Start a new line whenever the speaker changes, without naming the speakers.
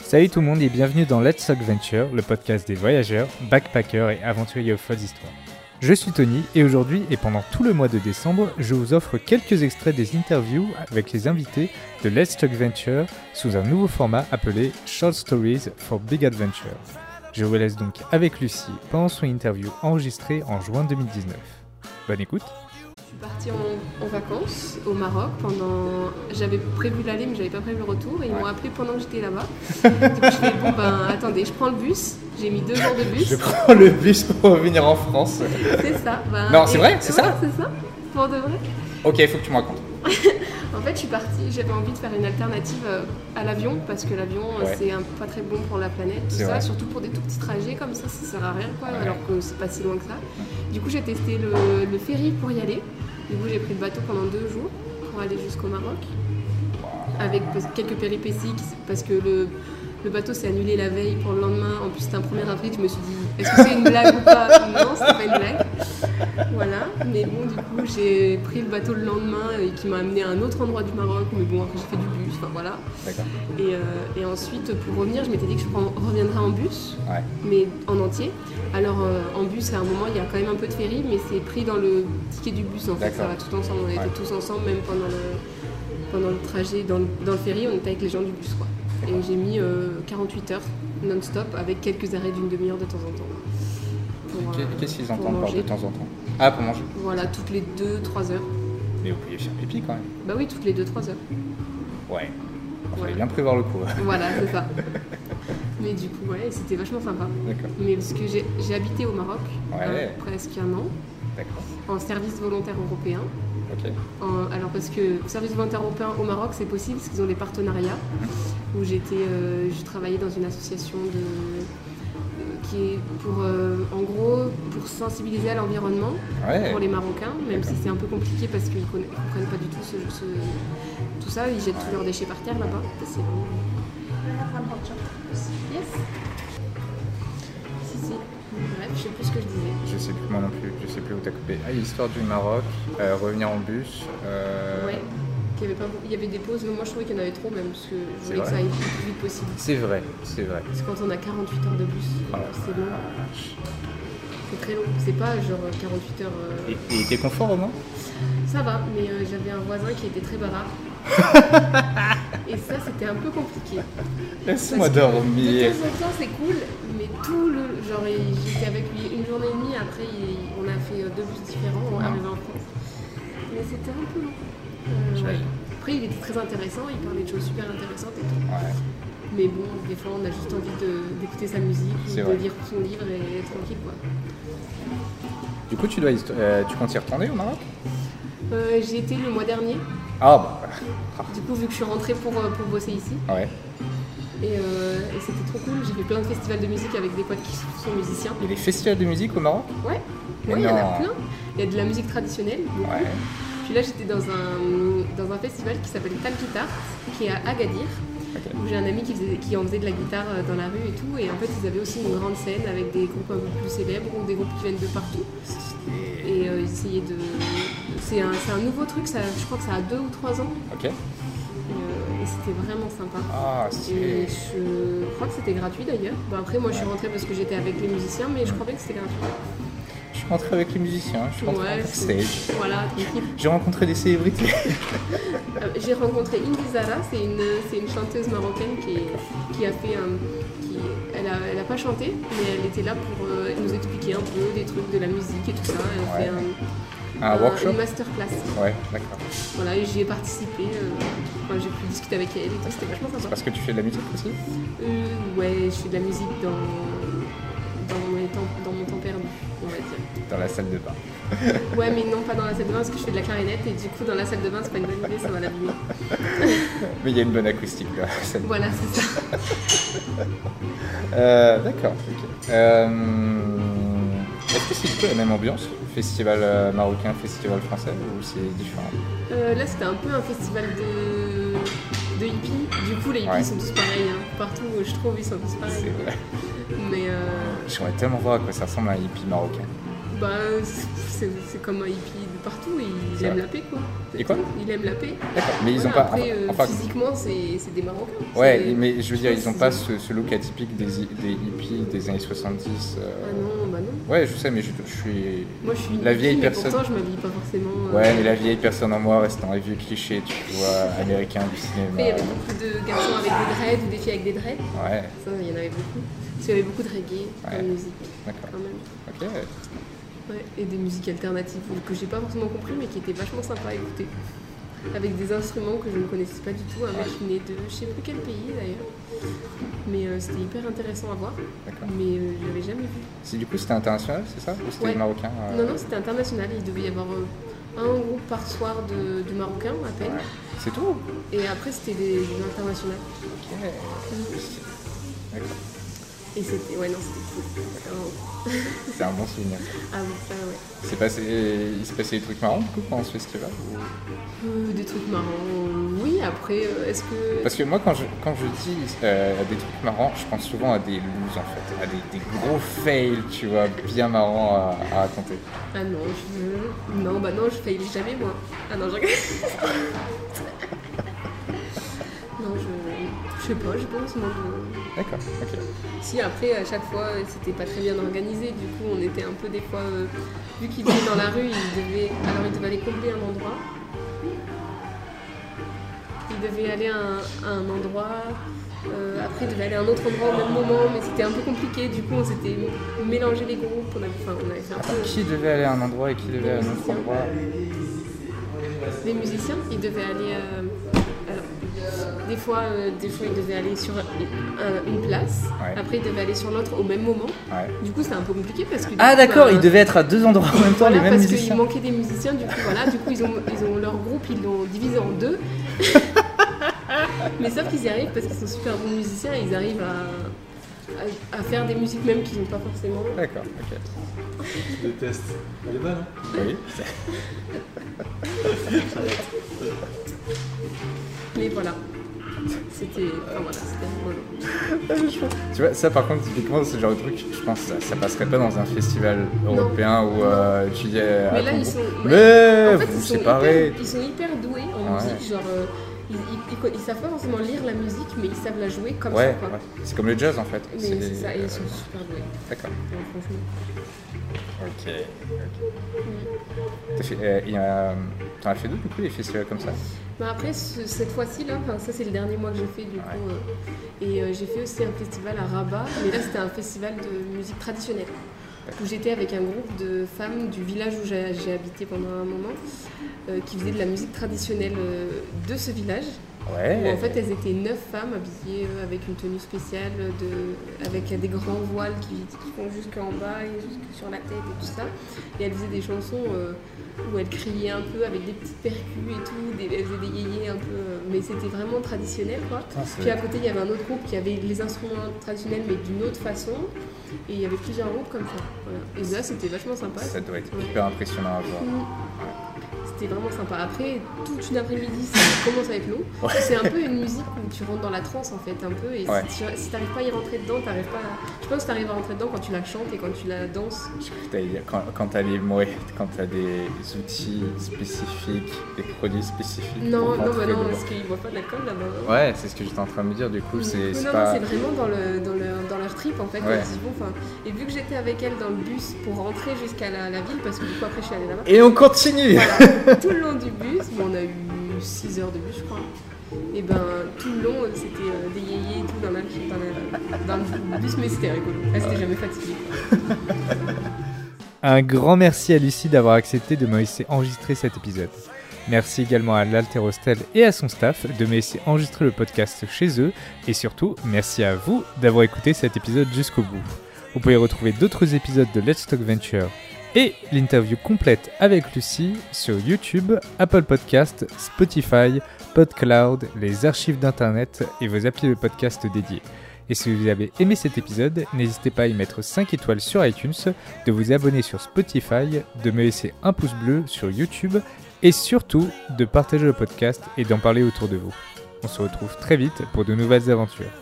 Salut tout le monde et bienvenue dans Let's Talk Venture, le podcast des voyageurs, backpackers et aventuriers aux folles histoires. Je suis Tony et aujourd'hui et pendant tout le mois de décembre, je vous offre quelques extraits des interviews avec les invités de Let's Talk Venture sous un nouveau format appelé Short Stories for Big Adventure. Je vous laisse donc avec Lucie pendant son interview enregistrée en juin 2019. Bonne écoute
Je suis partie en, en vacances au Maroc pendant. J'avais prévu l'aller, mais j'avais pas prévu le retour. Et ils m'ont appelé pendant que j'étais là-bas. Donc je fais bon ben attendez, je prends le bus. J'ai mis deux jours de bus.
Je prends le bus pour revenir en France.
C'est ça. ben,
Non, c'est
et-
vrai, c'est
ouais,
ça
C'est ça. Pour de vrai.
Ok, il faut que tu me racontes.
En fait, je suis partie. J'avais envie de faire une alternative euh, à l'avion parce que l'avion euh,
Ouais.
c'est un- pas très bon pour la planète, tout
C'est
ça.
vrai.
Surtout pour des tout petits trajets comme ça, ça sert à rien quoi.
Ouais.
Alors que c'est pas si loin que ça. Du coup, j'ai testé le, le ferry pour y aller. Du coup, j'ai pris le bateau pendant deux jours pour aller jusqu'au Maroc avec pe- quelques péripéties qui- parce que le le bateau s'est annulé la veille pour le lendemain. En plus, c'était un 1er avril. Je me suis dit, est-ce que c'est une blague ou pas Non, c'était pas une blague. Voilà. Mais bon, du coup, j'ai pris le bateau le lendemain et qui m'a amené à un autre endroit du Maroc. Mais bon, après, j'ai fait du bus. Enfin, voilà.
D'accord.
Et, euh, et ensuite, pour revenir, je m'étais dit que je prends- reviendrais en bus,
Ouais.
mais en entier. Alors, euh, en bus, à un moment, il y a quand même un peu de ferry, mais c'est pris dans le ticket du bus, en fait. Ça
D'accord.
va tout ensemble. On était
Ouais.
tous ensemble, même pendant le, pendant le trajet, dans le, dans le ferry, on était avec les gens du bus, quoi. Et j'ai mis euh, 48 heures non-stop, avec quelques arrêts d'une demi-heure de temps en temps. Pour, euh,
Qu'est- Qu'est-ce qu'ils
pour
entendent par de
manger.
temps en temps Ah, pour manger.
Voilà, toutes les 2-3 heures.
Mais vous pouviez faire pipi quand même.
Bah oui, toutes les 2-3 heures.
Ouais. Il fallait
Ouais.
bien prévoir le coup.
Voilà, c'est ça. Mais du coup, ouais, c'était vachement sympa.
D'accord.
Mais parce que j'ai j'ai habité au Maroc
Ouais.
hein, presque un an,
D'accord.
en service volontaire européen.
Ok.
En- alors parce que service volontaire européen au Maroc, c'est possible parce qu'ils ont des partenariats. Où j'étais, euh, j'ai travaillé dans une association de qui est pour, euh, en gros, pour sensibiliser à l'environnement
Ouais.
pour les Marocains, même si c'est un peu compliqué parce qu'ils ne comprennent pas du tout ce, ce- tout ça, ils jettent tous leurs déchets par terre là-bas. C'est vraiment- Yes. Si, si. Bref, je sais plus ce que je disais.
Je sais plus, moi non plus, je sais plus où t'as coupé. Ah, l'histoire du Maroc, euh, revenir en bus. euh,
Ouais. Qu'il y avait pas beaucoup- Il y avait des pauses, mais moi je trouvais qu'il y en avait trop même, parce que je
C'est
voulais que
vrai.
ça aille le plus vite possible.
C'est vrai, c'est vrai.
Parce que quand on a 48 heures de bus,
Ah.
c'est long, c'est très long. C'est pas genre 48 heures. euh,
Et et t'es confort au moins
Ça va, mais euh, j'avais un voisin qui était très bavard. Et ça, c'était un peu compliqué.
Laisse-moi
Parce que
dormir.
De temps en temps, c'est cool, mais tout le. Genre, il- j'étais avec lui une journée et demie, après, il- on a fait euh, deux bus différents, on
Ah.
arrivait en France. Mais c'était un peu long. Euh,
J'imagine.
Après, il était très intéressant, il parlait de choses super intéressantes et tout.
Ouais.
Mais bon, des fois, on a juste envie de- d'écouter sa musique, ou
C'est
de
vrai.
lire son livre et être tranquille, quoi.
Du coup, tu dois, histo- euh, tu comptes y retourner au Maroc
Euh, J'y étais le mois dernier,
Ah bah
du coup, vu que je suis rentrée pour, euh, pour bosser ici.
ouais.
Et, euh, et c'était trop cool, j'ai fait plein de festivals de musique avec des potes qui sont musiciens.
Il y a des festivals de musique au Maroc
Ouais,
Mais
ouais, il y en
non.
a plein. Il y a de la musique traditionnelle. beaucoup.
Ouais.
Puis là, j'étais dans un, dans un festival qui s'appelle Talpitar, qui est à Agadir,
Ok.
où j'ai un ami qui, faisait- qui en faisait de la guitare euh, dans la rue et tout. Et en fait, ils avaient aussi une grande scène avec des groupes un peu plus célèbres ou des groupes qui viennent de partout.
C'était-
Et euh, ils essayaient de. C'est un, c'est un nouveau truc, ça, je crois que ça a deux ou trois ans.
Ok.
Et, euh, et c'était vraiment sympa.
Ah,
Et
c'est.
je crois que c'était gratuit d'ailleurs. Bon, après, moi je suis rentrée parce que j'étais avec les musiciens, mais je crois bien que c'était gratuit.
Je suis rentré avec les musiciens, Mm. je suis rentré en
c'est-
backstage.
Voilà, tranquille.
J'ai rencontré des célébrités.
Euh, J'ai rencontré Indy Zara, c'est une, c'est une chanteuse marocaine qui, est- qui a fait un. Qui, elle, a, elle a pas chanté, mais elle était là pour euh, nous expliquer un peu des trucs de la musique et tout ça. Elle a
Ouais.
fait un,
Un
un-
workshop
une masterclass.
Ouais, d'accord.
Voilà, et j'y ai participé. euh, enfin, j'ai pu discuter avec elle et tout, c'était vachement sympa.
Parce que tu fais de la musique aussi
Euh, ouais, je fais de la musique dans, dans, mes temps, dans mon temps perdu, on va dire.
Dans la salle de bain.
Ouais, mais non, pas dans la salle de bain, parce que je fais de la clarinette, et du coup, dans la salle de bain, c'est pas une bonne idée, ça va l'abîmer.
Mais il y a une bonne acoustique là. Ça-
Voilà, c'est ça.
Euh, D'accord. ok. Euh, Est-ce que c'est du coup la même ambiance Festival euh, marocain, festival français Ou c'est différent
Euh, là, c'était un peu un festival de, de hippies. Du coup, les hippies
Ouais.
sont tous pareils. hein. Partout, où je trouve, ils sont tous
C'est
pareils.
vrai.
Mais euh,
J'aimerais tellement voir à quoi ça ressemble un hippie marocain.
bah, c'est c'est comme un hippie partout et il
C'est
aime
vrai.
la paix quoi.
Et quoi
Il aime la paix.
D'accord. Mais ils ont
Voilà,
pas.
Après, euh,
enfin,
physiquement, c'est c'est des Marocains.
ouais,
C'est-
mais je veux dire, ils ont
c'est-
pas ce, ce look atypique des, hi- des hippies des années 70. euh,
Ah non, bah non.
Ouais, je sais, mais je, je suis.
Moi, je suis une
La vieille
fille, mais
personne.
Pourtant, je m'habille pas forcément. euh,
Ouais, mais la vieille personne en moi reste dans les vieux clichés, tu vois, américains du cinéma.
Après, il y avait beaucoup de garçons avec des dreads ou des filles avec des dreads.
Ouais,
Ça, il y en avait beaucoup. Parce qu'il y avait beaucoup de reggae comme
Ouais.
musique,
d'accord.
quand même.
Ok.
Ouais, et des musiques alternatives que j'ai pas forcément compris, mais qui étaient vachement sympas à écouter. Avec des instruments que je ne connaissais pas du tout. Un mec qui venait de je sais plus quel pays d'ailleurs. Mais euh, c'était hyper intéressant à voir.
D'accord.
Mais euh, je l'avais jamais vu.
C'est du coup c'était international, c'est ça Ou c'était
Ouais.
marocain euh,
Non, non, c'était international. Il devait y avoir euh, un groupe par soir de, de Marocains à peine.
ouais. C'est tout
Et après, c'était des, des internationales.
Ok. D'accord.
Et c'était. Ouais, non, c'était cool. Oh.
C'est un bon souvenir.
Ah oui, ça, ouais.
C'est passé... Il se passait des trucs marrants du coup pendant ce festival ou-
Euh, des trucs marrants. euh, Oui, après, euh, est-ce que.
Parce que moi, quand je, quand je dis euh, à des trucs marrants, je pense souvent à des loos en fait, à des, des gros fails, tu vois, bien marrants à, à raconter.
Ah non, je... non, bah non, je fail jamais moi. Ah non, je rigole. non, je... je sais pas, je pense. Moi, je-
D'accord, ok.
Si après, à chaque fois, c'était pas très bien organisé, du coup, on était un peu des fois. euh, Vu qu'ils venaient dans la rue, ils devaient. Alors, ils devaient aller combler un endroit. Ils devaient aller à un, à un endroit. euh, après, ils devaient aller à un autre endroit au même moment, mais c'était un peu compliqué. Du coup, on s'était mélangé les groupes. On avait, enfin, on avait fait un peu.
Attends, qui devait aller à un endroit et qui devait aller à un autre endroit
Les musiciens, ils devaient aller. euh, alors, des fois, euh, des fois, ils devaient aller sur un- une place.
Ouais.
Après, ils devaient aller sur l'autre au même moment.
Ouais.
Du coup, c'était un peu compliqué parce que.
Ah d'accord,
ils
il devait être à deux endroits en même temps, les mêmes
parce
musiciens.
qu'il manquait des musiciens. Du coup, voilà, du coup, ils ont, ils ont leur groupe, ils l'ont divisé en deux. Mais sauf qu'ils y arrivent parce qu'ils sont super bons musiciens. et Ils arrivent à, à, à faire des musiques même qu'ils n'ont pas forcément.
D'accord, ok.
Je déteste. Elle est mal, hein
Oui.
Mais voilà. C'était. enfin, voilà, c'était rigolo.
Tu vois, ça par contre, typiquement, c'est le genre de truc, je pense, ça, ça passerait pas dans un festival européen où euh, tu dis... euh,
Mais
à
là,
ton
ils
groupe,
sont.
Mais
En fait,
vous
ils
vous
sont,
séparez
hyper, ils sont hyper doués en
Ouais.
musique, genre euh, ils, ils- ils co- ils savent pas forcément lire la musique, mais ils savent la jouer comme
Ouais,
ça. Quoi.
ouais. c'est comme le jazz en fait.
Mais
C'est-
c'est ça, et
euh,
ils sont super doués,
D'accord.
donc, franchement.
Ok. T'as fait, euh, il y a, euh, t'en as fait d'autres du coup des festivals comme ça
Bah, après, ce- cette fois-ci, là, enfin, ça c'est le dernier mois que j'ai fait du
Ouais.
coup, euh, et euh, j'ai fait aussi un festival à Rabat, mais là c'était un festival de musique traditionnelle où j'étais avec un groupe de femmes du village où j'ai j'ai habité pendant un moment euh, qui faisaient de la musique traditionnelle euh, de ce village.
Eh.
Où,
Ouais.
en fait, elles étaient neuf femmes habillées euh, avec une tenue spéciale, de, avec des grands voiles qui, qui vont jusqu'en bas et jusque sur la tête et tout ça. Et elles faisaient des chansons euh, où elles criaient un peu avec des petites percus et tout, des, elles faisaient des yéyés un peu, euh, mais c'était vraiment traditionnel quoi.
Putain, c'est-
Puis à côté, il y avait un autre groupe qui avait les instruments traditionnels mais d'une autre façon. Et il y avait plusieurs groupes comme ça. voilà. Et là, c'était vachement sympa.
ça doit être hyper impressionnant à voir.
C'était vraiment sympa. Après, toute une après-midi, ça commence avec l'eau. C'est un peu une musique où tu rentres dans la transe en fait, un peu. Et
Ouais.
si tu si t'arrives pas à y rentrer dedans, t'arrives pas. À... Je pense que t'arrives à rentrer dedans quand tu la chantes et quand tu la danses.
Je crois que t'allais dire, Quand, quand t'as les mots, quand t'as des outils spécifiques, des produits spécifiques.
Non,
pour
non, bah
rentrer
non,
dedans.
parce qu'ils boivent pas de l'alcool là-bas.
Ouais, c'est ce que j'étais en train de me dire. Du coup,
Oui.
c'est
Oui,
c'est
non,
pas.
non, c'est vraiment dans, le, dans, le- dans leur trip en fait.
Ouais.
Ils se disent, bon, enfin, et vu que j'étais avec elle dans le bus pour rentrer jusqu'à la, la ville, parce que du coup après je suis allée là-bas,
Et on continue.
tout le long du bus, bon, on a eu 6 heures de bus je crois, et ben tout le long euh, c'était euh, des yéyés et tout dans, la, dans, la- dans le euh, bus, mais c'était rigolo. Elle s'était jamais fatiguée.
Un grand merci à Lucie d'avoir accepté de me laisser enregistrer cet épisode. Merci également à l'Alterostel et à son staff de me laisser enregistrer le podcast chez eux. Et surtout, merci à vous d'avoir écouté cet épisode jusqu'au bout. Vous pouvez retrouver d'autres épisodes de Let's Talk Venture et l'interview complète avec Lucie sur YouTube, Apple Podcast, Spotify, PodCloud, les archives d'Internet et vos applis de podcast dédiés. Et si vous avez aimé cet épisode, n'hésitez pas à y mettre 5 étoiles sur iTunes de vous abonner sur Spotify, de me laisser un pouce bleu sur YouTube et surtout de partager le podcast et d'en parler autour de vous. On se retrouve très vite pour de nouvelles aventures.